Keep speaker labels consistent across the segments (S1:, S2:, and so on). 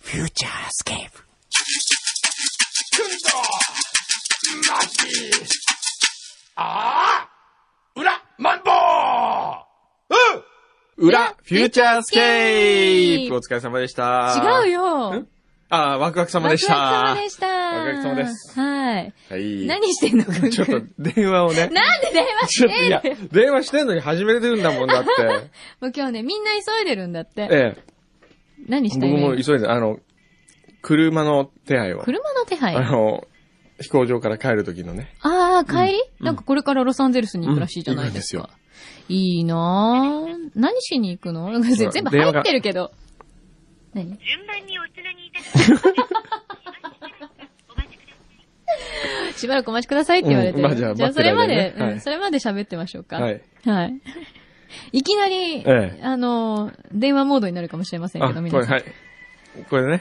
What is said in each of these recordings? S1: フューチャースケープ。
S2: くんどまきああ裏マンボウうん
S3: 裏、フューチャースケ
S1: フュー
S3: ー
S1: チャースケープ
S3: プお疲れ様でした。
S1: 違うよ。
S3: んあー、ワクワク様でした。
S1: ワクワク様でした。
S3: ワクワク様です
S1: はい。
S3: はい。
S1: 何してんの
S3: ちょっと、電話をね。
S1: なんで電話し
S3: ちょっと、い
S1: てんの
S3: や
S1: よ。、
S3: 電話してんのに始めてるんだもんだ って。
S1: もう今日ね、みんな急いでるんだって。
S3: ええ。
S1: 何して
S3: 僕
S1: ん
S3: も
S1: の
S3: 急いで、あの、車の手配を。
S1: 車の手配。
S3: あ
S1: あ
S3: の、飛行場から帰る時のね。
S1: あー、帰り、
S3: うん
S1: なんかこれからロサンゼルスに行くらしいじゃないです
S3: うん行
S1: か。いいなぁ。何しに行 くの全部入ってるけど。何
S4: 順番におつなぎいたします。 お待ちください。
S1: しばらくお待ちくださいって言われて。
S3: うんまあじゃあ
S1: それま
S3: 待
S1: で
S3: って、る間にねはい
S1: うんそれまで喋ってましょうか。
S3: はい。
S1: はい。 いきなり、
S3: ええ
S1: あの、電話モードになるかもしれませんけ
S3: あ、
S1: ど、
S3: こ
S1: 皆
S3: れ、
S1: さん。
S3: はい。これね。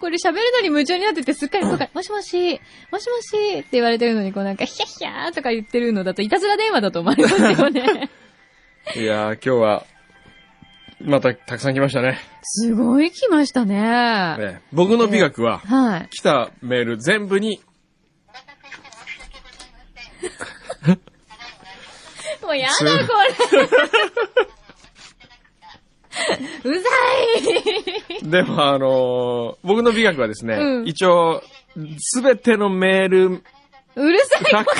S1: これ喋るのに夢中になってて、すっかりそうから、もしもし、もしもしって言われてるのに、こうなんか、ひゃひゃーとか言ってるのだと、いたずら電話だと思われます よね。
S3: いやー、今日は、また、たくさん来ましたね。
S1: すごい来ましたね。
S3: ええ僕の美学は、
S1: はい。
S3: 来たメール全部に、
S1: もうや
S3: す
S1: だ、これ。 うざい
S3: でもあのー僕の美学はですね、
S1: うん
S3: 一応、すべてのメール、
S1: うる さい
S3: なく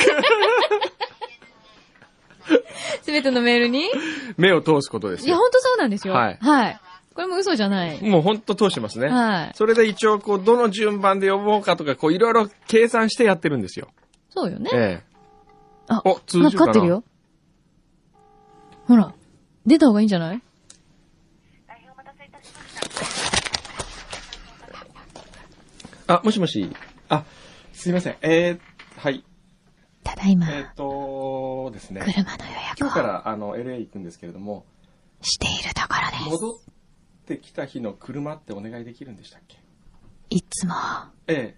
S1: すべてのメールに
S3: 目を通すことです
S1: いや、
S3: よ。
S1: ほんとそうなんですよ。
S3: はい
S1: はい。これも嘘じゃない。
S3: もうほんと通してますね。
S1: はい。
S3: それで一応、こう、どの順番で呼ぼうかとか、こう、いろいろ計算してやってるんですよ。
S1: そうよね。
S3: ええ。
S1: あ
S3: お通じるかな
S1: あ勝ってるよ。ほら、出た方がいいんじゃない
S3: あ、もしもし。あ、すいません。えー、はい。
S1: ただいま
S3: えー、っとですね。
S1: 車の予
S3: 今日から、あの、LA 行くんですけれども、
S1: しているところ
S3: 戻ってきた日の車ってお願いできるんでしたっけ
S1: いつも、
S3: え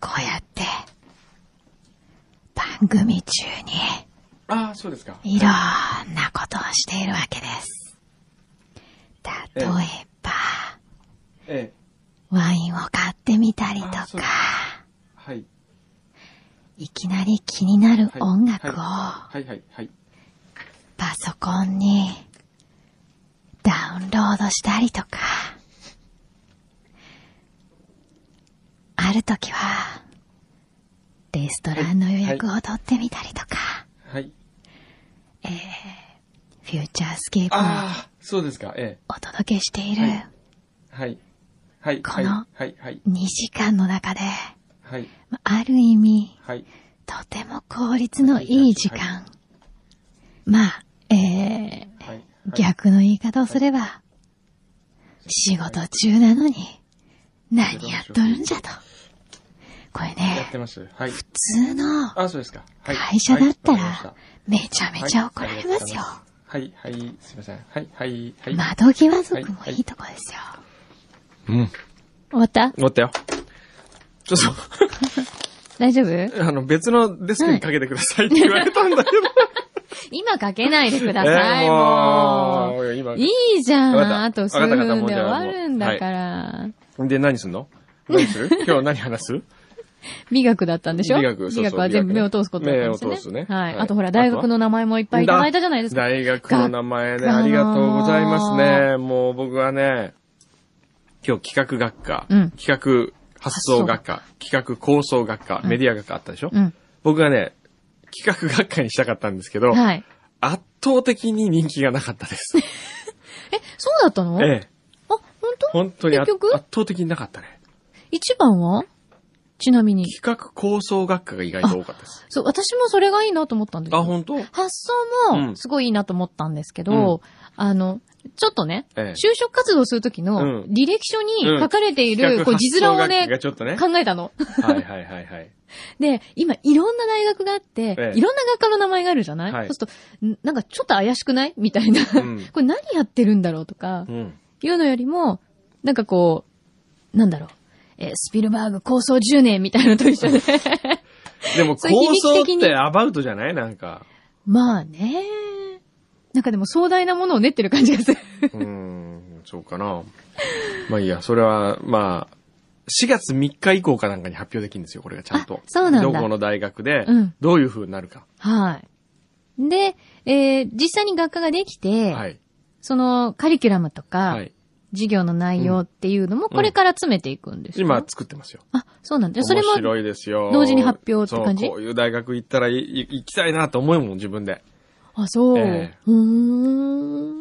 S1: こうやって、番組中
S3: え。ああ、そうですか。
S1: に、いろんなことをしているわけです。例
S3: え
S1: ば、
S3: ええ。
S1: ワインを買ってみたりと
S3: あそうで、
S1: か
S3: はい。
S1: いきなり気になる
S3: はい
S1: 音楽を、
S3: はいはいはい。
S1: パソコンにダウンロードしたりとか、ある時は、レストランの予約を取ってみたりとか、
S3: はい。
S1: フューチャースケープを
S3: ああ、そうですか。ええ。
S1: お届けしている
S3: はいはい。はい。
S1: こ
S3: はい。
S1: の
S3: はい。はい。
S1: 2時間の中で、
S3: はい。
S1: まある意味、
S3: はい。
S1: とても効率のいい時間。まあ、えー
S3: はい。
S1: 逆の言い方をすれば、仕事中なのに、何やっとるんじゃと。これ
S3: やっ
S1: ね、
S3: てます。はい。
S1: 普通の
S3: あ、そうですか。はい。
S1: 会社だった
S3: はいわ
S1: ら
S3: か、
S1: めちゃ
S3: り
S1: め
S3: まし
S1: ち
S3: た
S1: ゃ怒られますよ。
S3: はい。はい。はいすいません。はい。はい。はい。
S1: 窓際族もいいとこですよ。
S3: うん。
S1: 終わった
S3: 終わったよ。ちょっ
S1: 大丈夫
S3: と、あの、別のデスクにかけてくださいって言われたんだけど。
S1: 今かけないでくださ
S3: え
S1: い、
S3: え
S1: もう。
S3: う、今。
S1: いいじゃ
S3: わかっ
S1: ん。
S3: た
S1: あと数
S3: わかったわかった
S1: 分
S3: もう
S1: で終
S3: じゃあ
S1: わるんだから。
S3: で、何すんの何する今日何話す
S1: 美学だったんでしょ
S3: 美学そうそう
S1: 美学は全部目を通すことだったんですよね。
S3: 目を通すね
S1: はい。
S3: はい
S1: あとほら、大学の名前もいっぱいいただいたじゃないですか。
S3: 大学の名前ね、
S1: 学科
S3: ありがとうございますね。もう僕はね、今日企画学科、
S1: うん
S3: 企画発想学科、企画構想学科、メディア学科あったでしょ、
S1: うん。
S3: 僕はね、企画学科にしたかったんですけど、
S1: はい。
S3: 圧倒的に人気がなかったです。
S1: え、そうだったのあ、
S3: ええ、
S1: 本当
S3: 本当にあ
S1: 結
S3: 圧
S1: 局
S3: 倒的になかったね。
S1: 一番はちなみに。
S3: 企画構想学科が意外と多かったです。
S1: そう、私もそれがいいなと思ったんです
S3: あ、
S1: よ。
S3: 本当え
S1: 発想
S3: う
S1: も
S3: ん
S1: すごいいいなと思ったんですけ
S3: う
S1: ど、あの、ちょっとね、
S3: え。
S1: 就職活動するとき
S3: う
S1: の
S3: ん
S1: 履歴書に
S3: うん
S1: 書かれてい
S3: 企
S1: る、
S3: 画
S1: こう、字面を
S3: 発想
S1: ね
S3: 学科、がちょっとね。
S1: 考えたの。
S3: はいはいはいはい。
S1: で、今、いろんな大学があって、
S3: ええ
S1: いろんな学科の名前があるじゃない、
S3: はい
S1: そうすると、んなんかちょっと怪しくないみたいな。
S3: ん
S1: これ何やってるんだろうとか
S3: う、ん。
S1: いうのよりも、なんかこう、なんだろう。えースピルバーグ構想10年みたいなのと 一緒で。
S3: でも
S1: そういう
S3: 構
S1: 響
S3: 想
S1: き的
S3: っ
S1: に
S3: てアバウトじゃないなんか。
S1: まあね。なんかでも壮大なものを練ってる感じがする。
S3: うーん、そうかな。まあいいや、それは、まあ、4月3日以降かなんかに発表できるんですよ、これがちゃんと
S1: あ。そうなん
S3: ど
S1: だ
S3: この大学で
S1: うん、
S3: どういう風になるか。
S1: はい。で、えー、実際に学科ができて、
S3: はい。
S1: そのカリキュラムとか、
S3: はい。
S1: 授業の内容っていうのもこれから詰めていくんですよ、
S3: 今作ってますよ。
S1: あ、そうなんだ。それ
S3: 面
S1: も、
S3: 白いですよ。
S1: 同時に発表って感じ
S3: そう、こういう大学行ったらいい行きたいなと思うもん、自分で。
S1: あ、そう。
S3: ええ
S1: うーん。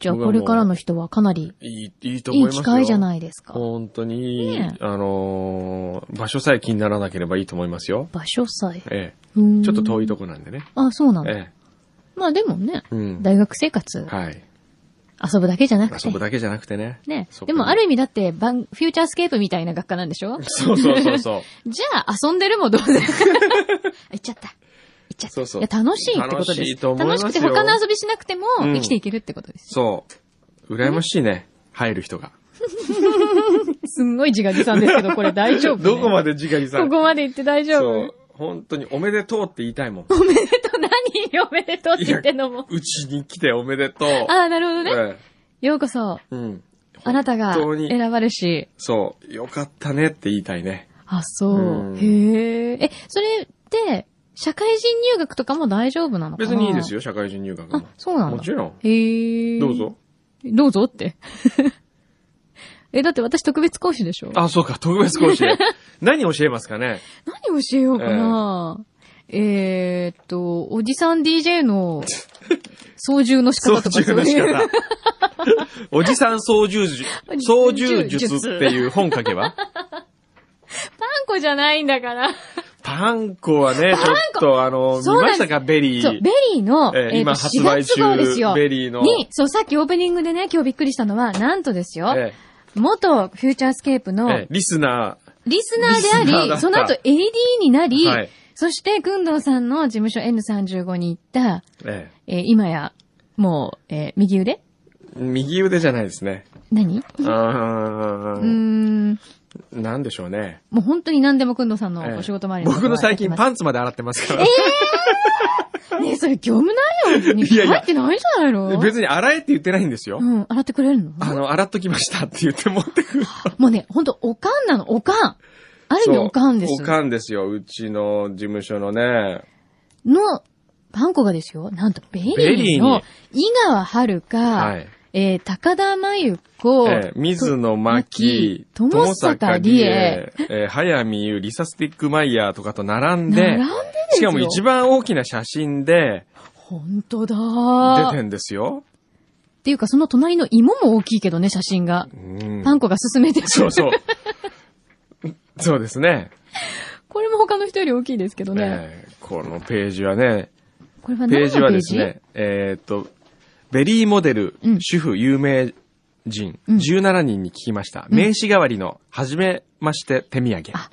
S1: じゃ
S3: 僕は
S1: あ、こ
S3: もう
S1: れからの人はかなり
S3: いい、いいと思い
S1: いい
S3: ますよ。
S1: 機会じゃないいですか。
S3: 本当にいい、
S1: ねえ
S3: あのー場所さえ気にならなければいいと思いますよ。
S1: 場所さえ。
S3: え
S1: ちょ
S3: え。ちょっと遠い
S1: と
S3: とこなんでね。
S1: あ、そうなんだ。
S3: え
S1: まあでもね、
S3: え。うん。
S1: 大学生活、
S3: はい。
S1: 遊ぶだけじゃなくて
S3: 遊ぶ。だけじゃなくて ね。
S1: ね
S3: そ。う
S1: でもある意味だって、バン、フューチャースケープみたいな学科なんでしょ
S3: そうそうそうそう。
S1: じゃあ、遊んでるも同 然。あ行っちゃった。行っちゃった。
S3: そうそう
S1: いや、楽しいってことです。
S3: 楽しいと思いますよ
S1: 楽しくて他の遊びしなくても、
S3: うん
S1: 生きていけるってことです。
S3: そう。羨ましいね。入る人が。
S1: すんごい自画自賛ですけど、これ大丈夫、
S3: どこま
S1: で
S3: で自我さ
S1: ここまで行って大丈
S3: そ
S1: 夫
S3: う。本当におめでとうって言いたいもん。
S1: えっと、何おめでとうって言ってんのも。
S3: うちに来ておめでとう。
S1: ああ、なるほどね。
S3: え
S1: ようこそ、
S3: えうん。
S1: あなたが
S3: 本当に
S1: 選ばれし。
S3: そう。よかったねって言いたいね。
S1: あ、そうう。
S3: ん
S1: へえ。え、それって、社会人入学とかも大丈夫なのかな
S3: 別にいいです
S1: よ。
S3: よ、社会人入学
S1: あ
S3: も。、
S1: そうなん
S3: も
S1: だ。
S3: ちろん。
S1: へえ。
S3: どうぞ。。
S1: どうぞって。 え、だって私特別講師でしょ
S3: あ、そうか、特別講師 ね。何教えますかね
S1: 何教えようかな、えーっと、おじさん DJ の 操縦の仕
S3: 操
S1: 方とか
S3: 縦の仕
S1: そういう
S3: 方。 おじさん操縦術、操縦術っていう本書け ば
S1: パン粉じゃないんだから。
S3: パン粉はね、ちょっとあの、見
S1: そうなん
S3: ま
S1: です
S3: したかベリ
S1: そう、
S3: ー。
S1: ベリーの、
S3: えー
S1: えーと
S3: 今発売
S1: 4月号です
S3: 中
S1: よ、
S3: ベリーの。
S1: に、そう、さっきオープニングでね、今日びっくりしたのは、なんとですよ、
S3: え
S1: 元フューチャースケープ
S3: え
S1: の
S3: ええリスナ
S1: リスナーであ
S3: リスナー
S1: り、
S3: だった
S1: その後 AD になり、
S3: ー。はい。
S1: そして、くんどうさんの事務所 N35 に行った、
S3: え
S1: えー今や、もう、えー右腕
S3: え右腕じゃないですね。
S1: 何う
S3: あ
S1: ーん、
S3: ーなんでしょうね。
S1: もう本当に何でもくんどうさん
S3: ええ
S1: のお仕事周りのこと
S3: 僕の最近パ
S1: ン
S3: ンツまで洗ってますから。
S1: ねえ、それ業務内容に
S3: いやいや
S1: 入ってないじゃないの
S3: 別に洗えって言ってないんですよ。
S1: うん、洗ってくれるの
S3: あの、洗っときましたって言って持ってくる。
S1: もうね、ほんと、おかんなの、おかん。ある意味
S3: そう
S1: おかんです。
S3: おかんですよ。うちの事務所のね。
S1: の、パン粉がですよ、なんとベ
S3: ベ
S1: リ
S3: リ
S1: ー
S3: ー
S1: の
S3: に、
S1: 井川遥か、
S3: はい。
S1: えー、高田真由子、
S3: えー、水野真紀、
S1: と友坂理恵、
S3: えー、早見優、リサスティックマイヤーとかと並ん
S1: 並
S3: で
S1: んで、ですよ
S3: しかも一番大きな写真で
S1: 本当だ
S3: 出
S1: ー
S3: て
S1: っ
S3: んですよ。
S1: ていうか、その隣の芋も大きいけどね、写真が。
S3: うん
S1: パン粉が進めてる。
S3: そう そう。そうですね。
S1: これも他の人より大きいですけどね。
S3: えーこのページはね、
S1: これは何
S3: ペ
S1: のペ
S3: ー
S1: ー
S3: ジ
S1: ジ
S3: はですね、えーっと、ベリーモデル
S1: うん、
S3: 主婦、有名人、
S1: うん
S3: 17人に聞きました。名刺代わりの、はじめまして手土産。
S1: あ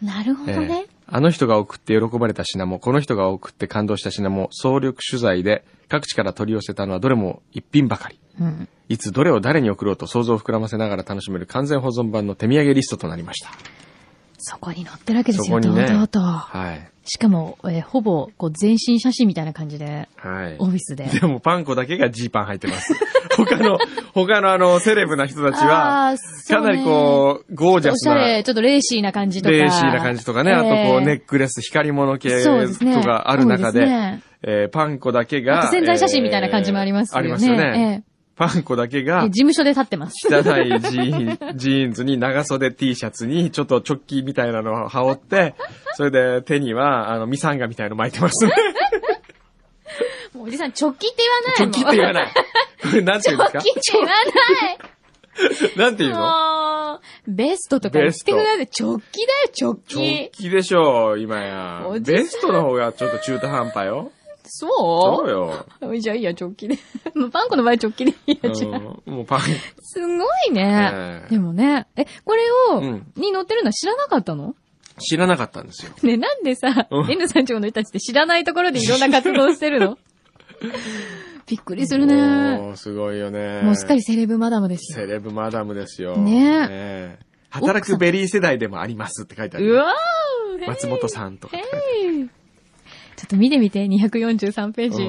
S1: なるほど
S3: え
S1: ね
S3: え。あの人が送って喜ばれた品も、この人が送って感動した品も、総力取材で各地から取り寄せたのはどれも一品ばかり。
S1: うん。
S3: いつどれを誰に送ろうと想像を膨らませながら楽しめる完全保存版の手土産リストとなりました。
S1: そこに載ってるわけで
S3: そ
S1: すよ、
S3: こに
S1: 堂
S3: ね。
S1: 々と。
S3: はい。
S1: しかも、えーほぼ、こう、全身写真みたいな感じで、
S3: はい。
S1: オフィスで。
S3: でもパン粉だけがジーパン入ってます。他の、他のあの、セレブな人たち
S1: あ
S3: は
S1: ー、そう
S3: か
S1: ね
S3: なりこう、ゴージャ
S1: お
S3: ス
S1: しゃ
S3: な、
S1: れ、
S3: レ
S1: ちょっとレーシーな感じとか。
S3: ーシーな感じとかね、あとこう、ネックレス、光り物系
S1: そうですね
S3: とかある中
S1: 多
S3: で、
S1: いですね
S3: えーパン粉だけ
S1: あ
S3: が
S1: と、潜在写真みたいな感じもあります
S3: えーあ
S1: よね。
S3: りますよね。
S1: ええ
S3: パン粉だけ
S1: え
S3: が
S1: 事、務所で立ってます。
S3: 汚いジーンジーンズに長袖 T シャツに、ちょっとチョッキみたいなのを羽織 って、それで手には、あの、ミサンガみたいの巻いてますね。
S1: もうおじさん、直帰って言わない
S3: チョッキって言わ
S1: い。
S3: ない。これなんて言うん
S1: 直帰っ
S3: で
S1: て言わない。
S3: すかなんて言うの
S1: もう、ベストとか言ってください。直帰だよ、直
S3: チョッ
S1: 帰。
S3: キでしょう、今や
S1: お。じさん
S3: ベストの方がちょっと中途半端よ。そう
S1: そ
S3: よ。
S1: うじゃあいいや、直帰で。もうパン粉の場合直帰でいいや、じゃあ
S3: うんもうパン、
S1: すごいね
S3: え。え
S1: でもね、え、これを、
S3: うん
S1: に乗ってるのは知らなかったの
S3: 知らなかったんですよ。
S1: ね、なんでさ、
S3: うん
S1: N35 の人たちって知らないところでいろんな活動して るのびっくりするね。
S3: もうすごいよね。
S1: もうすっかりセレブマダムですよ。
S3: セレブマダムですよ。
S1: ね
S3: え働くベリー世代でもありますって書いてあ
S1: う
S3: る。
S1: わー
S3: 松本さんとか
S1: へ。いちょっと見てみて、243ペー
S3: う
S1: ジ。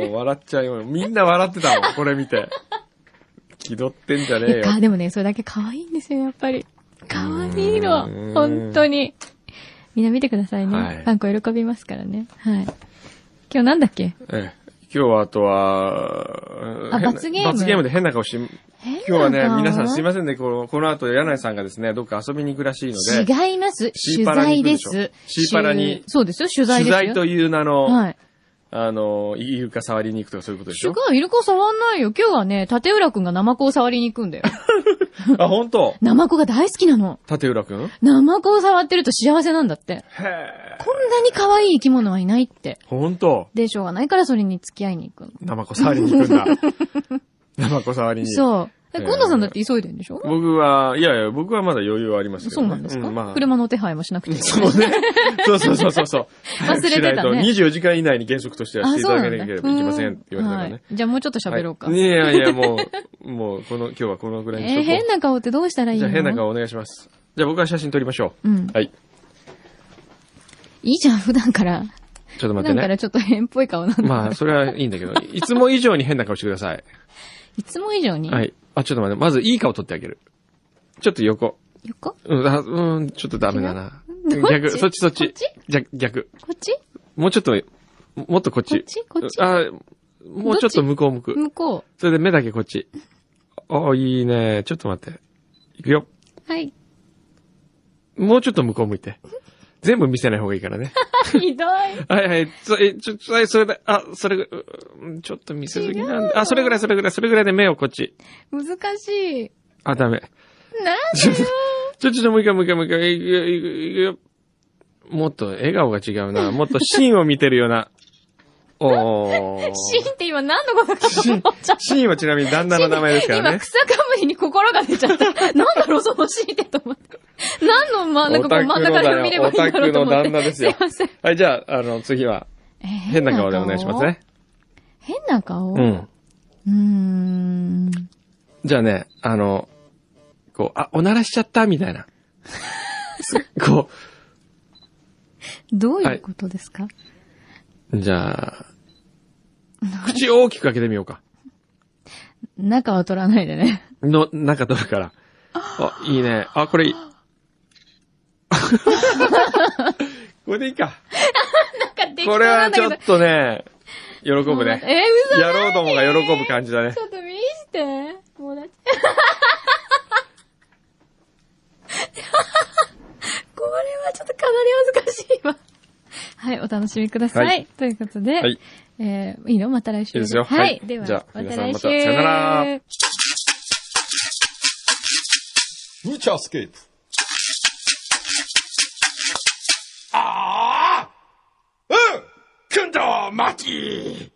S3: んもう笑っちゃうよ。みんな笑ってたもん、これ見て。気取ってんじゃねえ
S1: い
S3: よ。
S1: や、でもね、それだけ可愛いんですよ、やっぱり。可愛いの
S3: うーん。
S1: 本当に。みんな見てくださいね。
S3: はい
S1: ファンコ喜びますからね。はい。今日なんだっけ
S3: ええ今日はあとは、
S1: あ
S3: 変な
S1: 罰ゲーム
S3: 罰ゲームで変な顔して、今
S1: 今
S3: 日はね、皆さんすい
S1: ま
S3: ませんね、このこの後、柳井さんがですね、どっか遊びに行くらしいので、
S1: 違います。
S3: シー
S1: 取
S3: パラに行
S1: 材
S3: く
S1: で
S3: でしょ
S1: す。
S3: シーパラに
S1: 取そうですよ、取材
S3: 取
S1: です
S3: 材
S1: よ。
S3: という名の、
S1: はい。
S3: あの、イルカ触りに行くとかそういうことでし
S1: 主
S3: ょ
S1: 君はイルカ触んないよ。今日はね、立浦くんがナマコを触りに行くんだよ。
S3: あ、本当
S1: ナマコが大好きなの。
S3: 立浦くんへ
S1: ナマコを触ってると幸せなんだっ
S3: え。
S1: て。こんなに可愛い生き物はいないって。
S3: 本当
S1: で、しょうがないからそれに付き合いに行くの。
S3: ナマコ触りに行くん だ。ナマコ触りに。
S1: そう。
S3: え
S1: え、
S3: ー
S1: 今度さんだって急いでんでしょ
S3: 僕は、いやいや、僕はまだ余裕はありますけど、
S1: そ
S3: ね。
S1: うなんですか、
S3: まあ、
S1: 車の手配もしなくていい。
S3: そうね。そうそうそうそうそう。
S1: 忘れて
S3: 早くし
S1: たね
S3: ないと24時間以内に原則としてはしていただかなければいけません
S1: う
S3: っ
S1: ん
S3: て言われたから
S1: は
S3: ね
S1: い。じゃあもうちょっと喋ろうか。
S3: はいいやいや、もう、 もう、この、今日はこのぐらいにし
S1: え
S3: と
S1: ー、
S3: こう。
S1: 変な顔ってどうしたらいい
S3: じゃ
S1: の
S3: あ変な顔お願いします。じゃあ僕は写真撮りましょう。
S1: うん
S3: はい。
S1: いいじゃん、普段から。
S3: ちょっと
S1: 普
S3: 待って
S1: 段か
S3: ね。
S1: らちょっと変っぽい顔なんだ。
S3: まあ、それはいいんだけど、いつも以上に変な顔してください。
S1: いつも以上に。
S3: はい。あ、ちょっと待って。まず、いい顔撮ってあげる。ちょっと横。
S1: 横こ
S3: うん、あうん、ちょっとダメだな
S1: 違う。どっち
S3: 逆、そっちそっ
S1: こ
S3: ち
S1: っち。
S3: じゃ、逆。
S1: っち
S3: もうちょっと、もっとこっち。
S1: こっちこっち
S3: あ、もうちょっと向こう向く。
S1: 向こ
S3: それで目だけこっち。あ、いいね。ちょっと待って。いくよ。
S1: う。はい。
S3: もうちょっと向こう向いて。全部見せない方がいいから ね。
S1: ひどい。
S3: はいはい。そえ、ちょ、ちょ、はいそれで、あ、それぐ、うんちょっと見せすぎなんだ。あ、それぐらい、それぐらい、それぐらいで目をこっち。
S1: 難しい。
S3: あ、ダメ。
S1: なん
S3: ちょ、ちょ、ちょ、もう一回、もう一回、もう一回、いくよ、いくよ、いくよ。もっと笑顔が違うな。もっと芯を見てるような。おー。
S1: シーンって今何のことかと思っちゃった。
S3: 芯はちなみに旦那の名前ですから
S1: 今、
S3: ね。
S1: 草かぶりに心が出ちゃった。 なんだろう、そのシーンってと思って。何の、まあ、なんかこう真ん中で見ればいいんだろうと思って。
S3: オタクの旦那ですよ
S1: すいません。
S3: はい、じゃあ、あの、次は、
S1: えー
S3: 変な顔でお願いしますね。。
S1: 変な顔
S3: う。
S1: うんーん。
S3: じゃあね、あの、こう、あ、おならしちゃった、みたいな。こ
S1: どういうことですか、
S3: う、じゃあ、口を大きく開けてみようか。
S1: 中は取らないでね。
S3: の、中取るから。あ、いいね。あ、 これいい。これでいいか。
S1: なんか適
S3: これはちょっとね、喜ぶ ね。
S1: えー、嘘
S3: やろうどもが喜ぶ感じだね
S1: ち。ょっと見して。も うだって。これはちょっとかなり恥ずかしいわ。はい、お楽しみください。
S3: はい
S1: ということで、
S3: はい
S1: えーいいのまた来週。
S3: いいですよ
S1: はい。
S3: はい
S1: では、
S3: じゃあ
S1: ま
S3: 皆
S1: た
S3: さんま
S1: 来
S3: た
S1: 週。
S3: さよなら。
S2: フューチャースケープ。ああうんくんどまき